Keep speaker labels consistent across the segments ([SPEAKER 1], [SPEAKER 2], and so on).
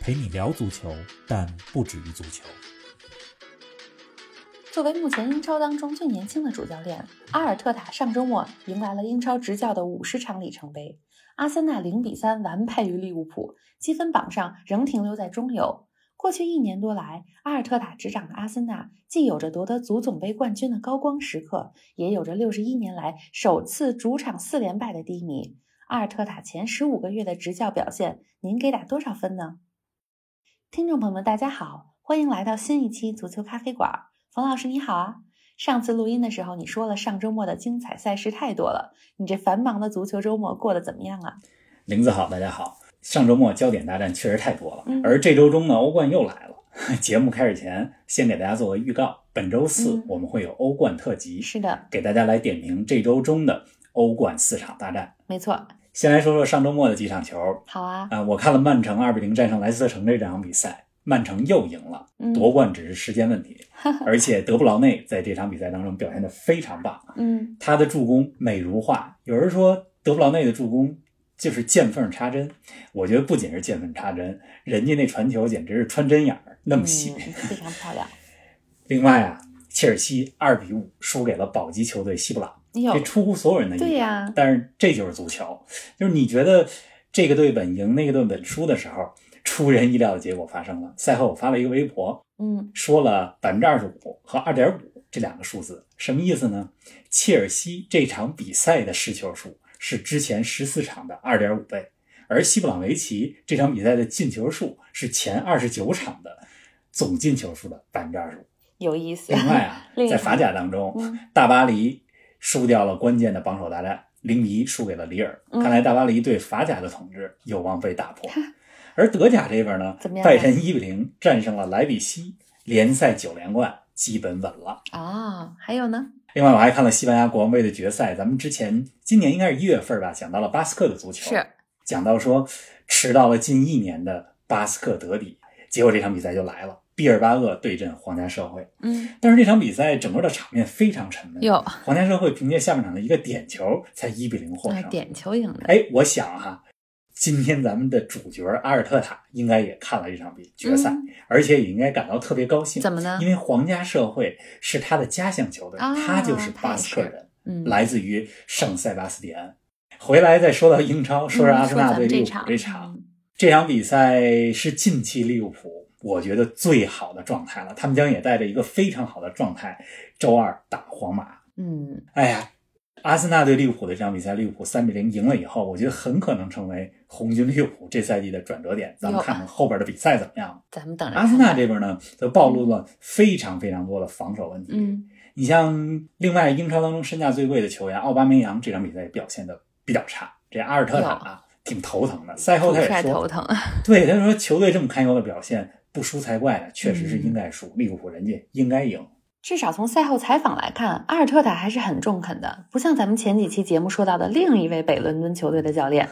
[SPEAKER 1] 陪你聊足球，但不止于足球。
[SPEAKER 2] 作为目前英超当中最年轻的主教练，阿尔特塔上周末迎来了英超执教的五十场里程碑。阿森纳零比三完败于利物浦，积分榜上仍停留在中游。过去一年多来，阿尔特塔执掌的阿森纳既有着夺得足总杯冠军的高光时刻，也有着六十一年来首次主场四连败的低迷。阿尔特塔前十五个月的执教表现，您给打多少分呢？听众朋友们，大家好，欢迎来到新一期足球咖啡馆。冯老师你好啊！上次录音的时候，你说了上周末的精彩赛事太多了，你这繁忙的足球周末过得怎么样啊？
[SPEAKER 3] 林子好，大家好。上周末焦点大战确实太多了，
[SPEAKER 2] 嗯
[SPEAKER 3] 而这周中呢，欧冠又来了。 节目开始前，先给大家做个预告，本周四
[SPEAKER 2] 嗯
[SPEAKER 3] 我们会有欧冠特辑，
[SPEAKER 2] 是的，
[SPEAKER 3] 给大家来点评这周中的欧冠四场大战。
[SPEAKER 2] 没错，
[SPEAKER 3] 先来说说上周末的几场球啊、
[SPEAKER 2] 好啊，
[SPEAKER 3] 我看了曼城二比零战胜莱斯特城这场比赛，曼城又赢了，
[SPEAKER 2] 嗯
[SPEAKER 3] 夺冠只是时间问题。而且德布劳内在这场比赛当中表现得非常棒，啊
[SPEAKER 2] 嗯，
[SPEAKER 3] 他的助攻美如画。有人说德布劳内的助攻就是见缝插针，我觉得不仅是见缝插针，人家那传球简直是穿针眼儿那么 细。
[SPEAKER 2] 嗯非常漂亮。
[SPEAKER 3] 另外啊，切尔西二比五输给了保级球队西布朗，
[SPEAKER 2] 哎
[SPEAKER 3] 这
[SPEAKER 2] 呦，
[SPEAKER 3] 出乎所有人的意料。
[SPEAKER 2] 对呀
[SPEAKER 3] 但是这就是足球，就是你觉得这个队本赢，那个队本输的时候，出人意料的结果发生了。赛后我发了一个微博，
[SPEAKER 2] 嗯，
[SPEAKER 3] 说了百分之二十五和二点五这两个数字，什么意思呢？切尔西这场比赛的失球数是之前十四场的二点五倍，而西布朗维奇这场比赛的进球数是前二十九场的总进球数的百分之二十五。
[SPEAKER 2] 有意思。，
[SPEAKER 3] 另外啊
[SPEAKER 2] 另一
[SPEAKER 3] 在
[SPEAKER 2] 场
[SPEAKER 3] 法甲当中，
[SPEAKER 2] 嗯，
[SPEAKER 3] 大巴黎输掉了关键的榜首大战，零比一输给了里尔。
[SPEAKER 2] 嗯
[SPEAKER 3] 看来大巴黎对法甲的统治有望被打破。而德甲这边呢
[SPEAKER 2] 怎么，样啊
[SPEAKER 3] 拜仁一比零战胜了莱比锡，联赛九连冠基本稳了。
[SPEAKER 2] 哦，还有呢？
[SPEAKER 3] 另外，我还看了西班牙国王杯的决赛，咱们之前今年应该是一月份吧，讲到了巴斯克的足球，
[SPEAKER 2] 是，
[SPEAKER 3] 讲到说迟到了近一年的巴斯克德比，结果这场比赛就来了，毕尔巴鄂对阵皇家社会。
[SPEAKER 2] 嗯，
[SPEAKER 3] 但是这场比赛整个的场面非常沉闷，
[SPEAKER 2] 有
[SPEAKER 3] 皇家社会凭借下半场的一个点球才一比零获
[SPEAKER 2] 那
[SPEAKER 3] 胜。
[SPEAKER 2] 哎点球赢的，
[SPEAKER 3] 哎，我想哈、今天咱们的主角阿尔特塔应该也看了这场比决赛，
[SPEAKER 2] 嗯
[SPEAKER 3] 而且也应该感到特别高兴，
[SPEAKER 2] 怎么呢
[SPEAKER 3] 因？为皇家社会是他的家乡球队，
[SPEAKER 2] 啊
[SPEAKER 3] 他就是
[SPEAKER 2] 他也
[SPEAKER 3] 巴斯克
[SPEAKER 2] 是
[SPEAKER 3] 人，
[SPEAKER 2] 嗯，
[SPEAKER 3] 来自于圣塞巴斯蒂安。回来再说到英超，
[SPEAKER 2] 嗯
[SPEAKER 3] 说说阿森纳对利物浦
[SPEAKER 2] 这
[SPEAKER 3] 这场，，这场比赛是近期利物浦我觉得最好的状态了，他们将也带着一个非常好的状态，周二打皇马。
[SPEAKER 2] 嗯，
[SPEAKER 3] 哎呀，阿森纳对利物浦的这场比赛，利物浦三比零赢了以后，我觉得很可能成为红军利物浦这赛季的转折点。咱们
[SPEAKER 2] 有
[SPEAKER 3] 看看后边的比赛怎么样。
[SPEAKER 2] 咱们等着看
[SPEAKER 3] 阿森纳这边呢，则暴露了非常非常多的防守问题。
[SPEAKER 2] 嗯，
[SPEAKER 3] 你像另外英超当中身价最贵的球员奥巴梅扬，这场比赛表现的比较差，这阿尔特塔啊挺头疼的。赛后他
[SPEAKER 2] 主
[SPEAKER 3] 也
[SPEAKER 2] 帅
[SPEAKER 3] 说
[SPEAKER 2] 头，疼，
[SPEAKER 3] 对他说球队这么堪忧的表现，不输才怪呢，确实是
[SPEAKER 2] 嗯
[SPEAKER 3] 应该输，利物浦人家应该赢。
[SPEAKER 2] 至少从赛后采访来看，阿尔特塔还是很中肯的，不像咱们前几期节目说到的另一位北伦敦球队的教练。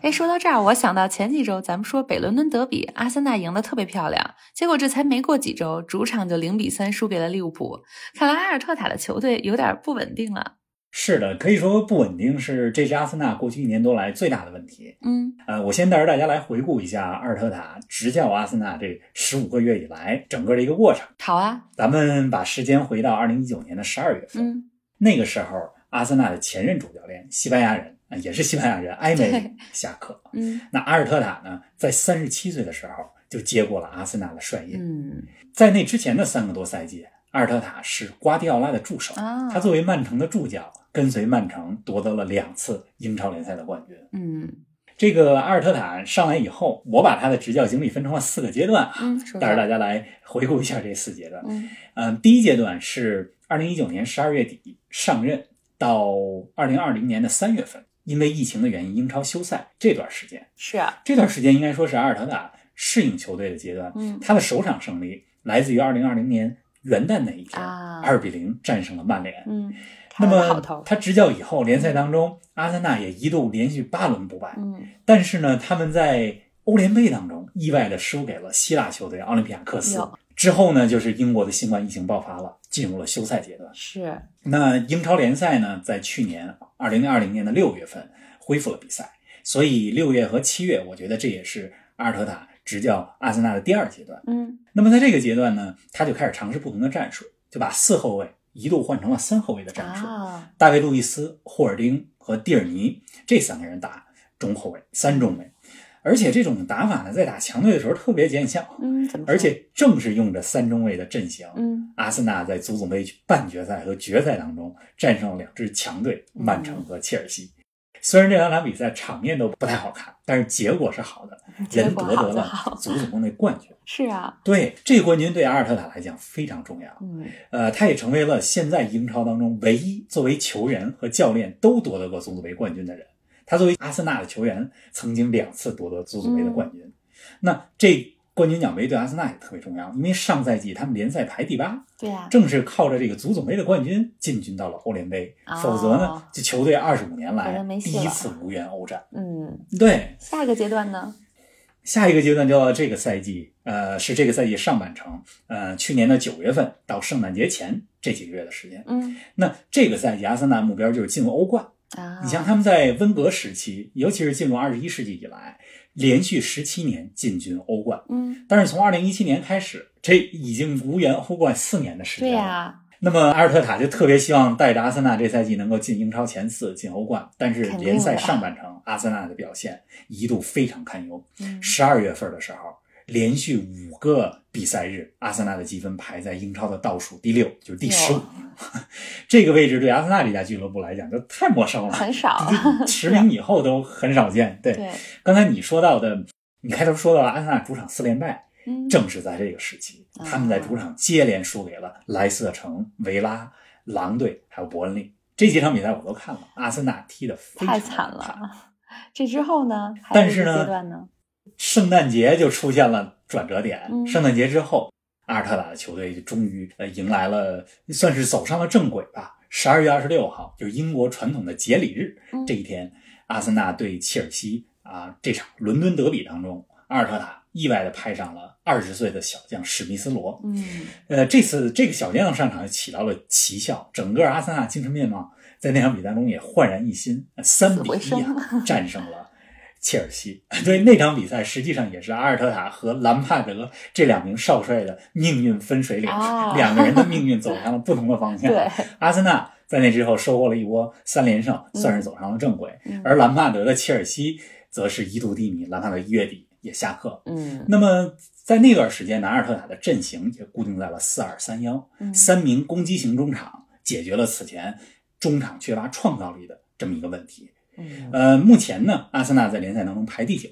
[SPEAKER 2] 哎，说到这儿，我想到前几周咱们说北伦敦德比，阿森纳赢得特别漂亮，结果这才没过几周，主场就零比三输给了利物浦。看来阿尔特塔的球队有点不稳定了。
[SPEAKER 3] 是的，可以说不稳定是这支阿森纳过去一年多来最大的问题。
[SPEAKER 2] 嗯
[SPEAKER 3] 呃，我先带着大家来回顾一下阿尔特塔执教阿森纳这十五个月以来整个的一个过程。
[SPEAKER 2] 好啊，
[SPEAKER 3] 咱们把时间回到二零一九年的十二月份，
[SPEAKER 2] 嗯，
[SPEAKER 3] 那个时候阿森纳的前任主教练西班牙人，呃也是西班牙人埃梅
[SPEAKER 2] 对
[SPEAKER 3] 里下课。
[SPEAKER 2] 嗯
[SPEAKER 3] 那阿尔特塔呢，在三十七岁的时候就接过了阿森纳的帅印。
[SPEAKER 2] 嗯
[SPEAKER 3] 在那之前的三个多赛季，阿尔特塔是瓜迪奥拉的助手，
[SPEAKER 2] 啊，
[SPEAKER 3] 他作为曼城的助教，跟随曼城夺得了两次英超联赛的冠军。
[SPEAKER 2] 嗯
[SPEAKER 3] 这个阿尔特塔上来以后，我把他的执教经历分成了四个阶段啊，
[SPEAKER 2] 嗯，说
[SPEAKER 3] 带着
[SPEAKER 2] 吧
[SPEAKER 3] 大家来回顾一下这四阶段。
[SPEAKER 2] 嗯
[SPEAKER 3] 嗯，第一阶段是二零一九年十二月底上任到二零二零年的三月份，因为疫情的原因，英超休赛这段时间，
[SPEAKER 2] 是啊
[SPEAKER 3] 这段时间应该说是阿尔特塔适应球队的阶段。
[SPEAKER 2] 嗯
[SPEAKER 3] 他的首场胜利来自于二零二零年元旦那一天，
[SPEAKER 2] 啊
[SPEAKER 3] 二比零战胜了曼联。
[SPEAKER 2] 嗯，
[SPEAKER 3] 那
[SPEAKER 2] 看了好
[SPEAKER 3] 么
[SPEAKER 2] 头，
[SPEAKER 3] 他执教以后，联赛当中，阿森纳也一度连续八轮不败，
[SPEAKER 2] 嗯
[SPEAKER 3] 但是呢，他们在欧联杯当中意外的输给了希腊球队奥林匹亚克斯
[SPEAKER 2] 有。
[SPEAKER 3] 之后呢，就是英国的新冠疫情爆发了，进入了休赛阶段。
[SPEAKER 2] 是，
[SPEAKER 3] 那英超联赛呢，在去年二零二零年的六月份恢复了比赛，所以六月和七月，我觉得这也是阿尔特塔执教阿森纳的第二阶段。
[SPEAKER 2] 嗯
[SPEAKER 3] 那么在这个阶段呢，他就开始尝试不同的战术，就把四后卫一度换成了三后卫的战术。
[SPEAKER 2] 啊，
[SPEAKER 3] 大卫·路易斯、霍尔丁和蒂尔尼这三个人打中后卫、三中卫，而且这种打法呢，在打强队的时候特别见效。
[SPEAKER 2] 嗯，怎么说？
[SPEAKER 3] 而，且正是用着三中卫的阵型，
[SPEAKER 2] 嗯
[SPEAKER 3] 阿森纳在足总杯半决赛和决赛当中战胜了两支强队
[SPEAKER 2] 嗯
[SPEAKER 3] 曼城和切尔西。虽然这两场比赛场面都不太好看，但是结果是好的，
[SPEAKER 2] 结
[SPEAKER 3] 人
[SPEAKER 2] 果
[SPEAKER 3] 夺
[SPEAKER 2] 好
[SPEAKER 3] 得
[SPEAKER 2] 就
[SPEAKER 3] 了
[SPEAKER 2] 好
[SPEAKER 3] 足总杯冠军。
[SPEAKER 2] 是啊，
[SPEAKER 3] 对，这个冠军对阿尔特塔来讲非常重要。
[SPEAKER 2] 嗯
[SPEAKER 3] 呃，他也成为了现在英超当中唯一作为球员和教练都夺得过足总杯冠军的人。他作为阿森纳的球员，曾经两次夺得足总杯的冠
[SPEAKER 2] 嗯
[SPEAKER 3] 军。那这冠军奖杯对阿森纳也特别重要，因为上赛季他们联赛排第八，
[SPEAKER 2] 对啊呀，
[SPEAKER 3] 正是靠着这个足总杯的冠军进军到了欧联杯，
[SPEAKER 2] 哦
[SPEAKER 3] 否则呢，这球队二十五年
[SPEAKER 2] 可
[SPEAKER 3] 来
[SPEAKER 2] 能没
[SPEAKER 3] 第
[SPEAKER 2] 戏
[SPEAKER 3] 一
[SPEAKER 2] 了
[SPEAKER 3] 次无缘欧战。
[SPEAKER 2] 嗯，
[SPEAKER 3] 对，
[SPEAKER 2] 下一个阶段呢？
[SPEAKER 3] 下一个阶段就到这个赛季，呃，是这个赛季上半程，呃，去年的九月份到圣诞节前这几个月的时间。
[SPEAKER 2] 嗯
[SPEAKER 3] 那这个赛季阿森纳目标就是进入欧冠。
[SPEAKER 2] 啊，
[SPEAKER 3] 你像他们在温格时期，尤其是进入二十一世纪以来，连续十七年进军欧冠。
[SPEAKER 2] 嗯，
[SPEAKER 3] 但是从二零一七年开始，这已经无缘欧冠四年的时
[SPEAKER 2] 对啊
[SPEAKER 3] 间了。
[SPEAKER 2] 呀，
[SPEAKER 3] 那么阿尔特塔就特别希望带着阿森纳这赛季能够进英超前四、进欧冠，但是
[SPEAKER 2] 肯定的
[SPEAKER 3] 联赛上半程阿森纳的表现一度非常堪忧。
[SPEAKER 2] 嗯
[SPEAKER 3] 十二月份的时候，连续五个比赛日，阿森纳的积分排在英超的倒数第六，就是第十五
[SPEAKER 2] 哟。
[SPEAKER 3] 这个位置对阿森纳这家俱乐部来讲就太陌生 了，
[SPEAKER 2] 很少，啊
[SPEAKER 3] 十名以后都很少见。对，
[SPEAKER 2] 对，
[SPEAKER 3] 刚才你说到的，你开头说到了阿森纳主场四连败，
[SPEAKER 2] 嗯，
[SPEAKER 3] 正是在这个时期，
[SPEAKER 2] 啊
[SPEAKER 3] 他们在主场接连输给了莱斯特城、维拉、狼队还有伯恩利。这几场比赛我都看了，阿森纳踢得非常
[SPEAKER 2] 太
[SPEAKER 3] 地
[SPEAKER 2] 惨
[SPEAKER 3] 惨。
[SPEAKER 2] 了。这之后呢？还
[SPEAKER 3] 但
[SPEAKER 2] 有一
[SPEAKER 3] 是
[SPEAKER 2] 个
[SPEAKER 3] 呢
[SPEAKER 2] 阶段呢？
[SPEAKER 3] 圣诞节就出现了转折点，
[SPEAKER 2] 嗯
[SPEAKER 3] 圣诞节之后，阿尔特塔的球队就终于呃迎来了，算是走上了正轨吧。十二月二十六号，就是英国传统的节礼日，
[SPEAKER 2] 嗯
[SPEAKER 3] 这一天，阿森纳对切尔西啊这场伦敦德比当中，阿尔特塔意外的派上了二十岁的小将史密斯罗。
[SPEAKER 2] 嗯，
[SPEAKER 3] 呃，这次这个小将上场起到了奇效，整个阿森纳精神面貌在那场比赛中也焕然一新，呃三比
[SPEAKER 2] 死灰
[SPEAKER 3] 一
[SPEAKER 2] 生
[SPEAKER 3] 啊战胜了。切尔西 对那场比赛实际上也是阿尔特塔和兰帕德这两名少帅的命运分水岭，
[SPEAKER 2] 哦
[SPEAKER 3] 两个人的命运走向了不同的方 向。
[SPEAKER 2] 对，
[SPEAKER 3] 阿森纳在那之后收获了一波三连胜，
[SPEAKER 2] 嗯
[SPEAKER 3] 算是走上了正轨。
[SPEAKER 2] 嗯
[SPEAKER 3] 而兰帕德的切尔西则是一度低迷，兰帕德一月底也下课。
[SPEAKER 2] 嗯
[SPEAKER 3] 那么在那段时间呢，阿尔特塔的阵型也固定在了四二三幺，
[SPEAKER 2] 嗯
[SPEAKER 3] 三名攻击型中场解决了此前中场缺乏创造力的这么一个问题。
[SPEAKER 2] 嗯
[SPEAKER 3] 呃，目前呢，阿森纳在联赛当中排第九，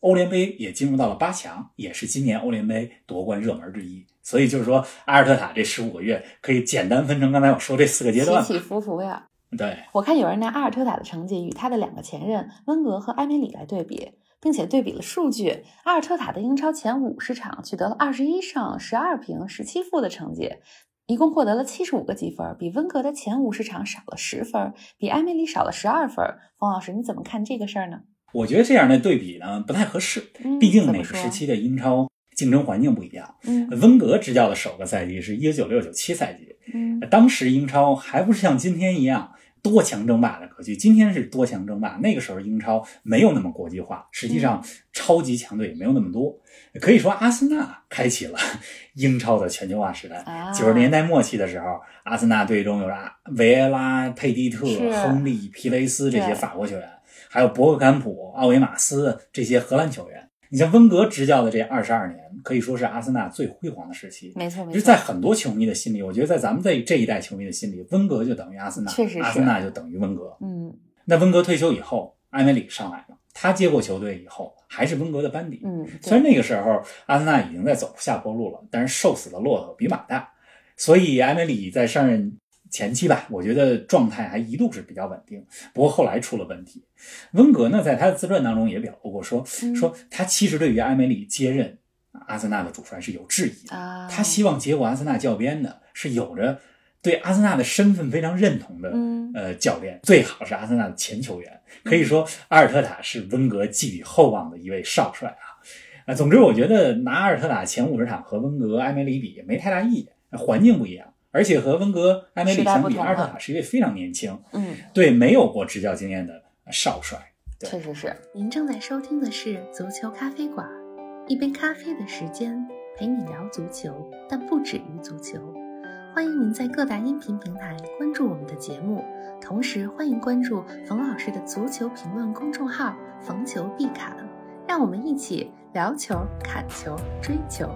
[SPEAKER 3] 欧联杯也进入到了八强，也是今年欧联杯夺冠热门之一。所以就是说，阿尔特塔这十五个月可以简单分成刚才我说这四个阶段
[SPEAKER 2] 起。起伏伏呀。
[SPEAKER 3] 对，
[SPEAKER 2] 我看有人拿阿尔特塔的成绩与他的两个前任温格和埃梅里来对比，并且对比了数据。阿尔特塔的英超前五十场取得了二十一胜、十二平、十七负的成绩，一共获得了七十五个积分，比温格的前五十场少了十分，比埃梅里少了十二分。冯老师，你怎么看这个事儿呢？
[SPEAKER 3] 我觉得这样的对比呢不太合适，
[SPEAKER 2] 嗯
[SPEAKER 3] 毕竟
[SPEAKER 2] 怎
[SPEAKER 3] 每
[SPEAKER 2] 么
[SPEAKER 3] 个
[SPEAKER 2] 说
[SPEAKER 3] 时期的英超竞争环境不一样。
[SPEAKER 2] 嗯
[SPEAKER 3] 温格执教的首个赛季是一九六九七赛季，
[SPEAKER 2] 嗯
[SPEAKER 3] 当时英超还不是像今天一样多强争霸的格局，今天是多强争霸，那个时候英超没有那么国际化，实际上超级强队也没有那么多。可以说，阿森纳开启了英超的全球化时代。
[SPEAKER 2] 啊，
[SPEAKER 3] 九十年代末期的时候，阿森纳队中有啊维埃拉、佩蒂特
[SPEAKER 2] 是、
[SPEAKER 3] 亨利、皮雷斯这些
[SPEAKER 2] 对
[SPEAKER 3] 法国球员，还有博格坎普、奥维马斯这些荷兰球员。你像温格执教的这二十二年，可以说是阿森纳最辉煌的时期。
[SPEAKER 2] 没错没
[SPEAKER 3] 就是
[SPEAKER 2] 错，
[SPEAKER 3] 在很多球迷的心里，我觉得在咱们这这一代球迷的心里，温格就等于阿森纳，
[SPEAKER 2] 确实是
[SPEAKER 3] 阿森纳就等于温格。
[SPEAKER 2] 嗯
[SPEAKER 3] 那温格退休以后，埃梅里上来了，他接过球队以后，还是温格的班底。
[SPEAKER 2] 嗯，
[SPEAKER 3] 虽然
[SPEAKER 2] 对
[SPEAKER 3] 那个时候阿森纳已经在走下坡路了，但是瘦死的骆驼比马大，所以埃梅里在上任前期吧，我觉得状态还一度是比较稳定。不过后来出了问题。温格呢，在他的自传当中也表露过说，
[SPEAKER 2] 嗯
[SPEAKER 3] 说他其实对于埃梅里接任。阿森纳的主帅是有质疑的。
[SPEAKER 2] 啊，
[SPEAKER 3] 他希望结果阿森纳教鞭的，是有着对阿森纳的身份非常认同的、
[SPEAKER 2] 嗯
[SPEAKER 3] 呃教练，最好是阿森纳的前球员。可以说，阿尔特塔是温格寄予厚望的一位少帅啊。啊，总之我觉得拿阿尔特塔前五十场和温格、埃梅里比也没太大意义，环境不一样，而且和温格、埃梅里
[SPEAKER 2] 时代
[SPEAKER 3] 相
[SPEAKER 2] 不
[SPEAKER 3] 比，
[SPEAKER 2] 同啊
[SPEAKER 3] 阿
[SPEAKER 2] 了
[SPEAKER 3] 尔特塔是一位非常年轻、
[SPEAKER 2] 嗯，
[SPEAKER 3] 对没有过执教经验的少帅。对
[SPEAKER 2] 确实是。
[SPEAKER 4] 您正在收听的是《足球咖啡馆》，一杯咖啡的时间陪你聊足球，但不止于足球。欢迎您在各大音频平台关注我们的节目，同时欢迎关注冯老师的足球评论公众号“冯球必侃”，让我们一起聊球、砍球、追球。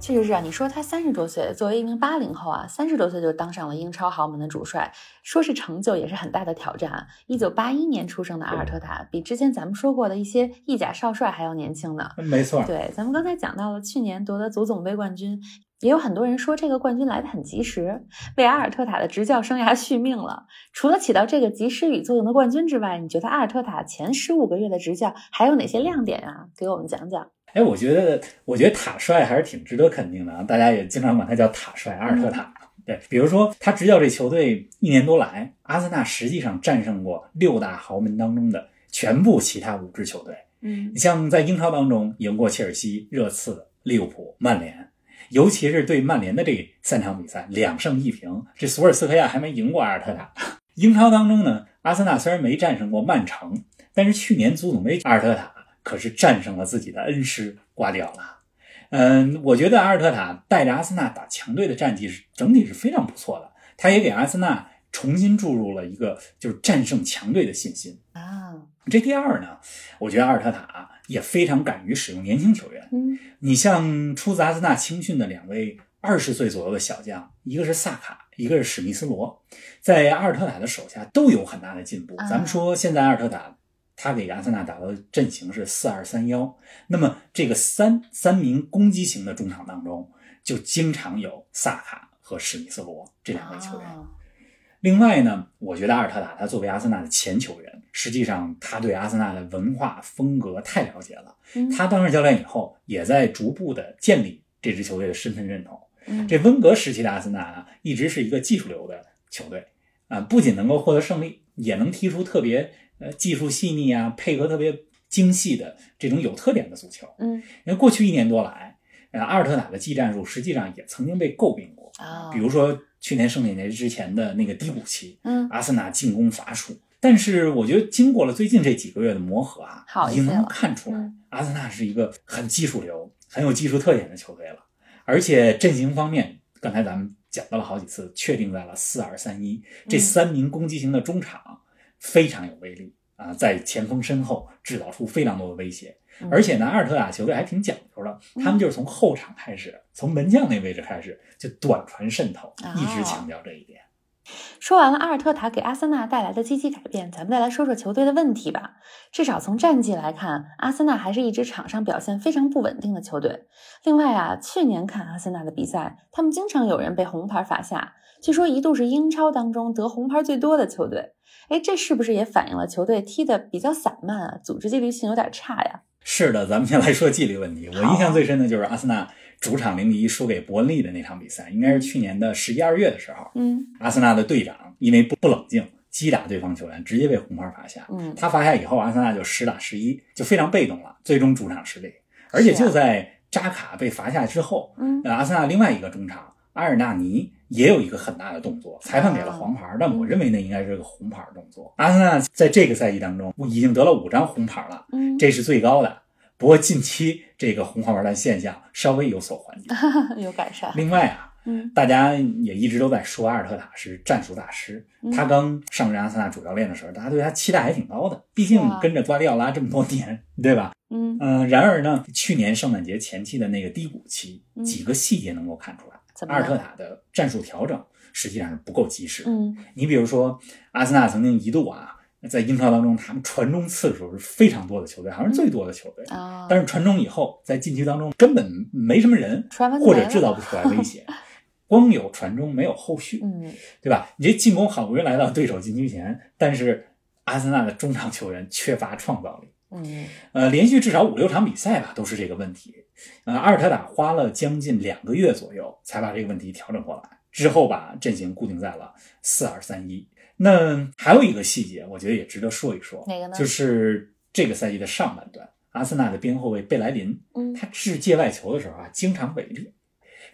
[SPEAKER 2] 确实是啊，你说他三十多岁，作为一名八零后啊，三十多岁就当上了英超豪门的主帅，说是成就也是很大的挑战啊。一九八一年出生的阿尔特塔，比之前咱们说过的一些意甲少帅还要年轻呢。
[SPEAKER 3] 呃没错，
[SPEAKER 2] 对，咱们刚才讲到了去年夺得足总杯冠军，也有很多人说这个冠军来得很及时，为阿尔特塔的执教生涯续命了。除了起到这个及时雨作用的冠军之外，你觉得阿尔特塔前十五个月的执教还有哪些亮点啊？给我们讲讲。
[SPEAKER 3] 哎，我觉得，我觉得塔帅还是挺值得肯定的啊！大家也经常管他叫塔帅、阿尔特塔。对，比如说他执教这球队一年多来，阿森纳实际上战胜过六大豪门当中的全部其他五支球队。
[SPEAKER 2] 嗯
[SPEAKER 3] 你像在英超当中赢过切尔西、热刺、利物浦、曼联，尤其是对曼联的这三场比赛，两胜一平，这索尔斯克亚还没赢过阿尔特塔。 英超当中呢，阿森纳虽然没战胜过曼城，但是去年足总杯阿尔特塔可是战胜了自己的恩师瓜迪奥拉。嗯，我觉得阿尔特塔带着阿森纳打强队的战绩是整体是非常不错的，他也给阿森纳重新注入了一个就是战胜强队的信心。
[SPEAKER 2] 啊，
[SPEAKER 3] 这第二呢，我觉得阿尔特塔也非常敢于使用年轻球员。
[SPEAKER 2] 嗯
[SPEAKER 3] 你像出自阿森纳青训的两位二十岁左右的小将，一个是萨卡，一个是史密斯罗，在阿尔特塔的手下都有很大的进步。
[SPEAKER 2] 啊
[SPEAKER 3] 咱们说现在阿尔特塔。他给阿森纳打造的阵型是四二三幺，那么这个三三名攻击型的中场当中，就经常有萨卡和史密斯罗这两位球员。
[SPEAKER 2] 啊
[SPEAKER 3] 另外呢，我觉得阿尔特塔他作为阿森纳的前球员，实际上他对阿森纳的文化风格太了解了。
[SPEAKER 2] 嗯
[SPEAKER 3] 他当上教练以后，也在逐步的建立这支球队的身份认同。
[SPEAKER 2] 嗯
[SPEAKER 3] 这温格时期的阿森纳啊，一直是一个技术流的球队啊，不仅能够获得胜利，也能踢出特别呃技术细腻啊，配合特别精细的这种有特点的足球。
[SPEAKER 2] 嗯
[SPEAKER 3] 因为过去一年多来，呃，阿尔特塔的技战术实际上也曾经被诟病过，
[SPEAKER 2] 啊，
[SPEAKER 3] 比如说去年圣诞节之前的那个低谷期，
[SPEAKER 2] 嗯
[SPEAKER 3] 阿森纳进攻乏术。但是我觉得经过了最近这几个月的磨合啊
[SPEAKER 2] 好，一
[SPEAKER 3] 已
[SPEAKER 2] 些
[SPEAKER 3] 经
[SPEAKER 2] 了
[SPEAKER 3] 能够看出来，
[SPEAKER 2] 嗯
[SPEAKER 3] 阿森纳是一个很技术流、很有技术特点的球队了。而且阵型方面，刚才咱们讲到了好几次，确定在了四二三一
[SPEAKER 2] 嗯
[SPEAKER 3] 这三名攻击型的中场非常有威力啊，在前锋身后制造出非常多的威胁。
[SPEAKER 2] 嗯
[SPEAKER 3] 而且呢，阿尔特塔球队还挺讲究的，他们就是从后场开始，从门将那位置开始就短传渗透，一
[SPEAKER 2] 哦
[SPEAKER 3] 直强调这一点。
[SPEAKER 2] 说完了阿尔特塔给阿森纳带来的积极改变，咱们再来说说球队的问题吧。至少从战绩来看，阿森纳还是一支场上表现非常不稳定的球队。另外啊，去年看阿森纳的比赛，他们经常有人被红牌罚下，据说一度是英超当中得红牌最多的球队。哎，这是不是也反映了球队踢得比较散漫啊，组织纪律性有点差呀？
[SPEAKER 3] 是的，咱们先来说纪律问题。我
[SPEAKER 2] 好啊
[SPEAKER 3] 印象最深的就是阿森纳主场零比一输给伯恩利的那场比赛，应该是去年的十一二月的时候，
[SPEAKER 2] 嗯
[SPEAKER 3] 阿森纳的队长因为不不冷静，击打对方球员，直接被红牌罚下。
[SPEAKER 2] 嗯
[SPEAKER 3] 他罚下以后，阿森纳就十打十一，就非常被动了，最终主场失利。而且
[SPEAKER 2] 是啊
[SPEAKER 3] 就在扎卡被罚下之后，
[SPEAKER 2] 嗯
[SPEAKER 3] 呃，阿森纳另外一个中场阿尔纳尼也有一个很大的动作，裁判给了
[SPEAKER 2] 啊
[SPEAKER 3] 黄牌，但我认为那应该是个红牌动作。阿森纳在这个赛季当中已经得了五张红牌了。
[SPEAKER 2] 嗯，
[SPEAKER 3] 这是最高的。不过近期这个红黄牌的现象稍微有所缓
[SPEAKER 2] 啊
[SPEAKER 3] 解。
[SPEAKER 2] 嗯 有改善。
[SPEAKER 3] 另外啊，
[SPEAKER 2] 嗯
[SPEAKER 3] 大家也一直都在说阿尔特塔是战术大师
[SPEAKER 2] 嗯。
[SPEAKER 3] 他刚上任阿森纳主教练的时候，大家对他期待还挺高的，毕竟
[SPEAKER 2] 哇
[SPEAKER 3] 跟着瓜迪奥拉这么多年，对吧？
[SPEAKER 2] 嗯，
[SPEAKER 3] 嗯、然而呢，去年圣诞节前期的那个低谷期
[SPEAKER 2] 嗯，
[SPEAKER 3] 几个细节能够看出来，
[SPEAKER 2] 怎么
[SPEAKER 3] 阿尔特
[SPEAKER 2] 了？
[SPEAKER 3] 塔的战术调整实际上是不够及时的。
[SPEAKER 2] 嗯
[SPEAKER 3] 你比如说，阿森纳曾经一度啊，在英超当中，他们传中次数是非常多的球队，好
[SPEAKER 2] 嗯
[SPEAKER 3] 像是最多的球队。
[SPEAKER 2] 啊，
[SPEAKER 3] 但是传中以后，在禁区当中根本没什么人，
[SPEAKER 2] 传完就
[SPEAKER 3] 或
[SPEAKER 2] 没
[SPEAKER 3] 者
[SPEAKER 2] 了
[SPEAKER 3] 制造不出来威胁。 光有传中没有后续，
[SPEAKER 2] 嗯
[SPEAKER 3] 对吧？你这进攻好不容易来到对手禁区前，但是阿森纳的中场球员缺乏创造力。
[SPEAKER 2] 嗯
[SPEAKER 3] 呃，连续至少五六场比赛吧，都是这个问题。呃，阿尔特塔花了将近两个月左右才把这个问题调整过来，之后把阵型固定在了四二三一。那还有一个细节，我觉得也值得说一说，
[SPEAKER 2] 哪个呢
[SPEAKER 3] 就是这个赛季的上半段，阿森纳的边后卫贝莱林，
[SPEAKER 2] 嗯
[SPEAKER 3] 他掷界外球的时候啊，经常违例，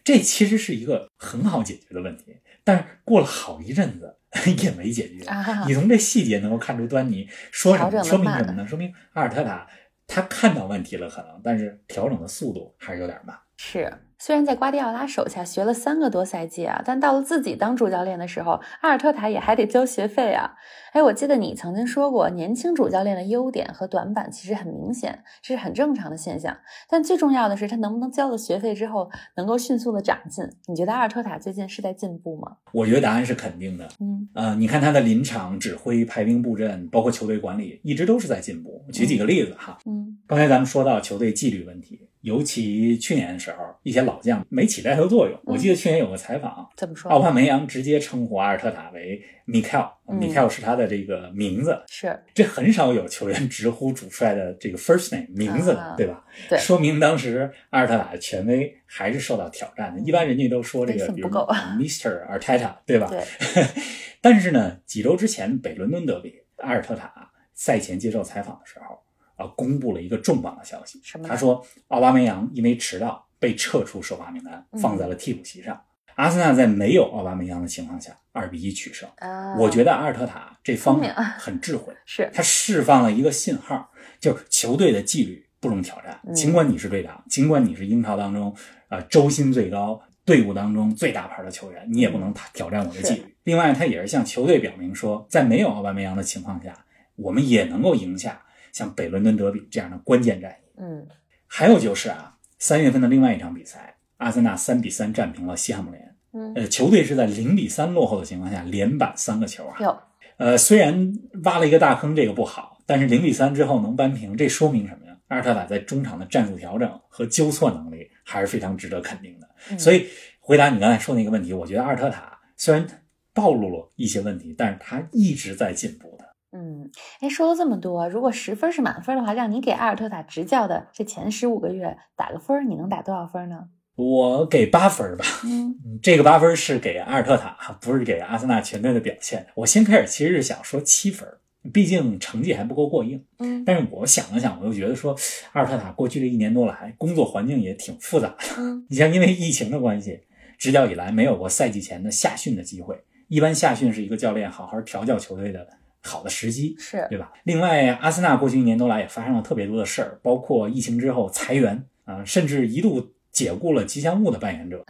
[SPEAKER 3] 这其实是一个很好解决的问题，但是过了好一阵子 也没解决。
[SPEAKER 2] 啊
[SPEAKER 3] 你从这细节能够看出端倪，说什
[SPEAKER 2] 调整
[SPEAKER 3] 么？
[SPEAKER 2] 得
[SPEAKER 3] 说明
[SPEAKER 2] 慢
[SPEAKER 3] 什么呢？说明阿尔特塔他看到问题了，可能，但是调整的速度还是有点慢。
[SPEAKER 2] 是。虽然在瓜迪奥拉手下学了三个多赛季啊，但到了自己当主教练的时候，阿尔特塔也还得交学费啊。哎，我记得你曾经说过，年轻主教练的优点和短板其实很明显，这是很正常的现象。但最重要的是，他能不能交了学费之后，能够迅速的长进？你觉得阿尔特塔最近是在进步吗？
[SPEAKER 3] 我觉得答案是肯定的。
[SPEAKER 2] 嗯
[SPEAKER 3] 呃，你看他的临场指挥、排兵布阵，包括球队管理，一直都是在进步。举几个例子哈，
[SPEAKER 2] 嗯
[SPEAKER 3] 刚才咱们说到球队纪律问题，尤其去年的时候，一些老将没起带头作用。我记得去年有个采访，
[SPEAKER 2] 怎么说？
[SPEAKER 3] 奥巴梅扬直接称呼阿尔特塔为米凯尔，
[SPEAKER 2] 嗯
[SPEAKER 3] 米凯尔是他的这个名字，
[SPEAKER 2] 是
[SPEAKER 3] 这很少有球员直呼主帅的这个 first name 名字的，
[SPEAKER 2] 啊
[SPEAKER 3] 对吧？
[SPEAKER 2] 对
[SPEAKER 3] 说明当时阿尔特塔的权威还是受到挑战的。一般人家都说这
[SPEAKER 2] 嗯威
[SPEAKER 3] 个，
[SPEAKER 2] 信
[SPEAKER 3] 比如
[SPEAKER 2] 不够
[SPEAKER 3] Mr. Arteta，对吧？
[SPEAKER 2] 对
[SPEAKER 3] 但是呢，几周之前北伦敦德比，阿尔特塔赛前接受采访的时候，啊、公布了一个重磅的消息
[SPEAKER 2] 什么，呢
[SPEAKER 3] 他说奥巴梅扬因为迟到被撤出首发名单，
[SPEAKER 2] 嗯
[SPEAKER 3] 放在了替补席上。阿森纳在没有奥巴梅扬的情况下，二比一取胜。
[SPEAKER 2] 啊，
[SPEAKER 3] 我觉
[SPEAKER 2] 得
[SPEAKER 3] 得阿尔特塔这方面
[SPEAKER 2] 聪明啊
[SPEAKER 3] 很智慧，
[SPEAKER 2] 是
[SPEAKER 3] 他释放了一个信号，就是球队的纪律不容挑战
[SPEAKER 2] 嗯。
[SPEAKER 3] 尽管你是队长，尽管你是英超当中呃周薪最高、队伍当中最大牌的球员，你也不能挑战我的纪律。另外，他也是向球队表明说，在没有奥巴梅扬的情况下，我们也能够赢下像北伦敦德比这样的关键战役。
[SPEAKER 2] 嗯
[SPEAKER 3] 还有就是啊，三月份的另外一场比赛，阿森纳三比三战平了西汉姆联。
[SPEAKER 2] 嗯
[SPEAKER 3] 呃，球队是在零比三落后的情况下连扳三个球啊，
[SPEAKER 2] 有
[SPEAKER 3] 呃，虽然挖了一个大坑，这个不好，但是零比三之后能扳平，这说明什么呀？阿尔特塔在中场的战术调整和纠错能力还是非常值得肯定的。
[SPEAKER 2] 嗯
[SPEAKER 3] 所以回答你刚才说那个问题，我觉得阿尔特塔虽然暴露了一些问题，但是他一直在进步的。
[SPEAKER 2] 嗯，哎，说了这么多，如果十分是满分的话，让你给阿尔特塔执教的这前十五个月打个分儿，你能打多少分呢？
[SPEAKER 3] 我给八分儿吧，
[SPEAKER 2] 嗯
[SPEAKER 3] 嗯这个八分儿是给阿尔特塔，不是给阿森纳全队的表现。我先开始其实是想说七分儿，毕竟成绩还不够过硬。
[SPEAKER 2] 嗯
[SPEAKER 3] 但是我想了想，我又觉得说，阿尔特塔过去这一年多来，工作环境也挺复杂的。
[SPEAKER 2] 嗯
[SPEAKER 3] 你像因为疫情的关系，执教以来没有过赛季前的夏训的机会。一般夏训是一个教练好好调教球队的好的时机，
[SPEAKER 2] 是
[SPEAKER 3] 对吧？另外，阿森纳过去一年多来也发生了特别多的事儿，包括疫情之后裁员啊、甚至一度解雇了吉祥物的扮 演者，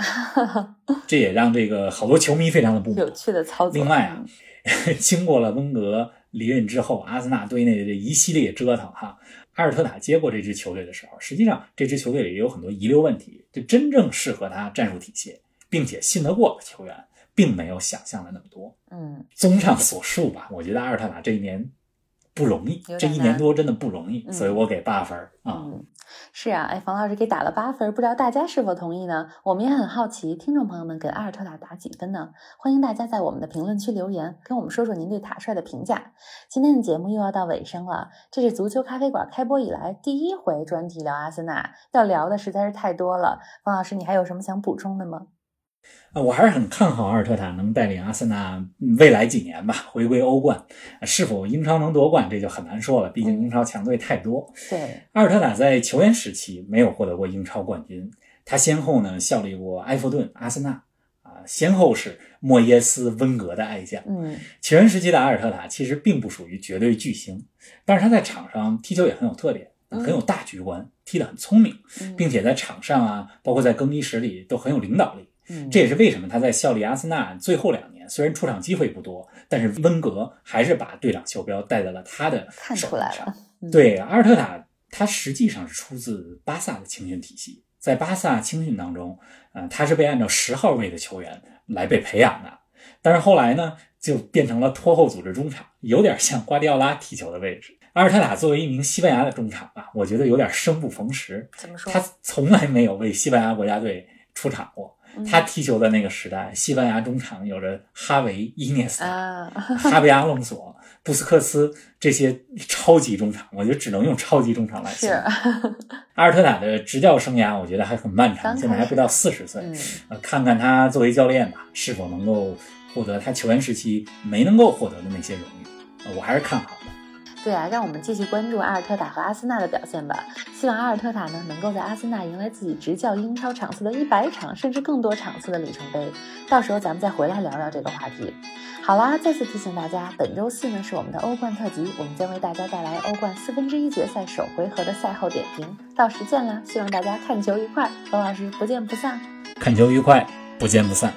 [SPEAKER 3] 这也让这个好多球迷非常的不满
[SPEAKER 2] 有。趣的操作。
[SPEAKER 3] 另外啊， 经过了温格离任之后，阿森纳队内的这一系列折腾哈，阿尔特塔接过这支球队的时候，实际上这支球队里也有很多遗留问题，就真正适合他战术体系并且信得过的球员，并没有想象的那么多。
[SPEAKER 2] 嗯
[SPEAKER 3] 综上所述吧，我觉得阿尔特塔这一年不容易
[SPEAKER 2] 有点，
[SPEAKER 3] 这一
[SPEAKER 2] 难
[SPEAKER 3] 年多真的不容易，
[SPEAKER 2] 嗯
[SPEAKER 3] 所以我给八分儿
[SPEAKER 2] 嗯
[SPEAKER 3] 啊。
[SPEAKER 2] 嗯，是啊，哎，房老师给打了八分，不知道大家是否同意呢？我们也很好奇，听众朋友们给阿尔特塔打几分呢？欢迎大家在我们的评论区留言，跟我们说说您对塔帅的评价。今天的节目又要到尾声了，这是足球咖啡馆开播以来第一回专题聊阿森纳，要聊的实在是太多了。方老师，你还有什么想补充的吗？
[SPEAKER 3] 啊，我还是很看好阿尔特塔能带领阿森纳嗯未来几年吧回归欧冠，啊是否英超能夺冠这就很难说了，毕
[SPEAKER 2] 嗯
[SPEAKER 3] 竟英超强队太多。
[SPEAKER 2] 对，
[SPEAKER 3] 阿尔特塔在球员时期没有获得过英超冠军，他先后呢效力过埃弗顿、阿森纳，啊，先后是莫耶斯、温格的爱将。
[SPEAKER 2] 嗯
[SPEAKER 3] 球员时期的阿尔特塔其实并不属于绝对巨星，但是他在场上踢球也很有特点，
[SPEAKER 2] 嗯
[SPEAKER 3] 很有大局观，踢得很聪明，
[SPEAKER 2] 嗯，
[SPEAKER 3] 并且在场上啊，包括在更衣室里都很有领导力。
[SPEAKER 2] 嗯
[SPEAKER 3] 这也是为什么他在效力阿森纳最后两年，虽然出场机会不多，但是温格还是把队长袖标戴在了他的
[SPEAKER 2] 看
[SPEAKER 3] 手
[SPEAKER 2] 出来
[SPEAKER 3] 腕
[SPEAKER 2] 了
[SPEAKER 3] 上。
[SPEAKER 2] 嗯
[SPEAKER 3] 对，阿尔特塔他实际上是出自巴萨的青训体系，在巴萨青训当中，呃，他是被按照十号位的球员来被培养的，但是后来呢，就变成了拖后组织中场，有点像瓜迪奥拉踢球的位置。阿尔特塔作为一名西班牙的中场吧，我觉得有点生不逢时，
[SPEAKER 2] 怎么说？
[SPEAKER 3] 他从来没有为西班牙国家队出场过。
[SPEAKER 2] 嗯
[SPEAKER 3] 他踢球的那个时代，西班牙中场有着哈维、伊涅斯塔、
[SPEAKER 2] 啊，
[SPEAKER 3] 哈维阿隆索、 布斯克斯这些超级中场，我觉得只能用超级中场来形
[SPEAKER 2] 是啊
[SPEAKER 3] 容。，阿尔特塔的执教生涯，我觉得还很漫
[SPEAKER 2] 刚
[SPEAKER 3] 长，
[SPEAKER 2] 开始
[SPEAKER 3] 现在还不到四十岁、
[SPEAKER 2] 嗯，
[SPEAKER 3] 呃，看看他作为教练吧，是否能够获得他球员时期没能够获得的那些荣誉，呃我还是看好的。
[SPEAKER 2] 对啊，让我们继续关注阿尔特塔和阿森纳的表现吧。希望阿尔特塔呢能够在阿森纳迎来自己执教英超场次的一百场甚至更多场次的里程碑，到时候咱们再回来聊聊这个话题。好啦，再次提醒大家，本周四呢是我们的欧冠特辑，我们将为大家带来欧冠四分之一决赛首回合的赛后点评。到时见啦，希望大家看球愉快，罗老师不见不散。
[SPEAKER 3] 看球愉快，不见不散。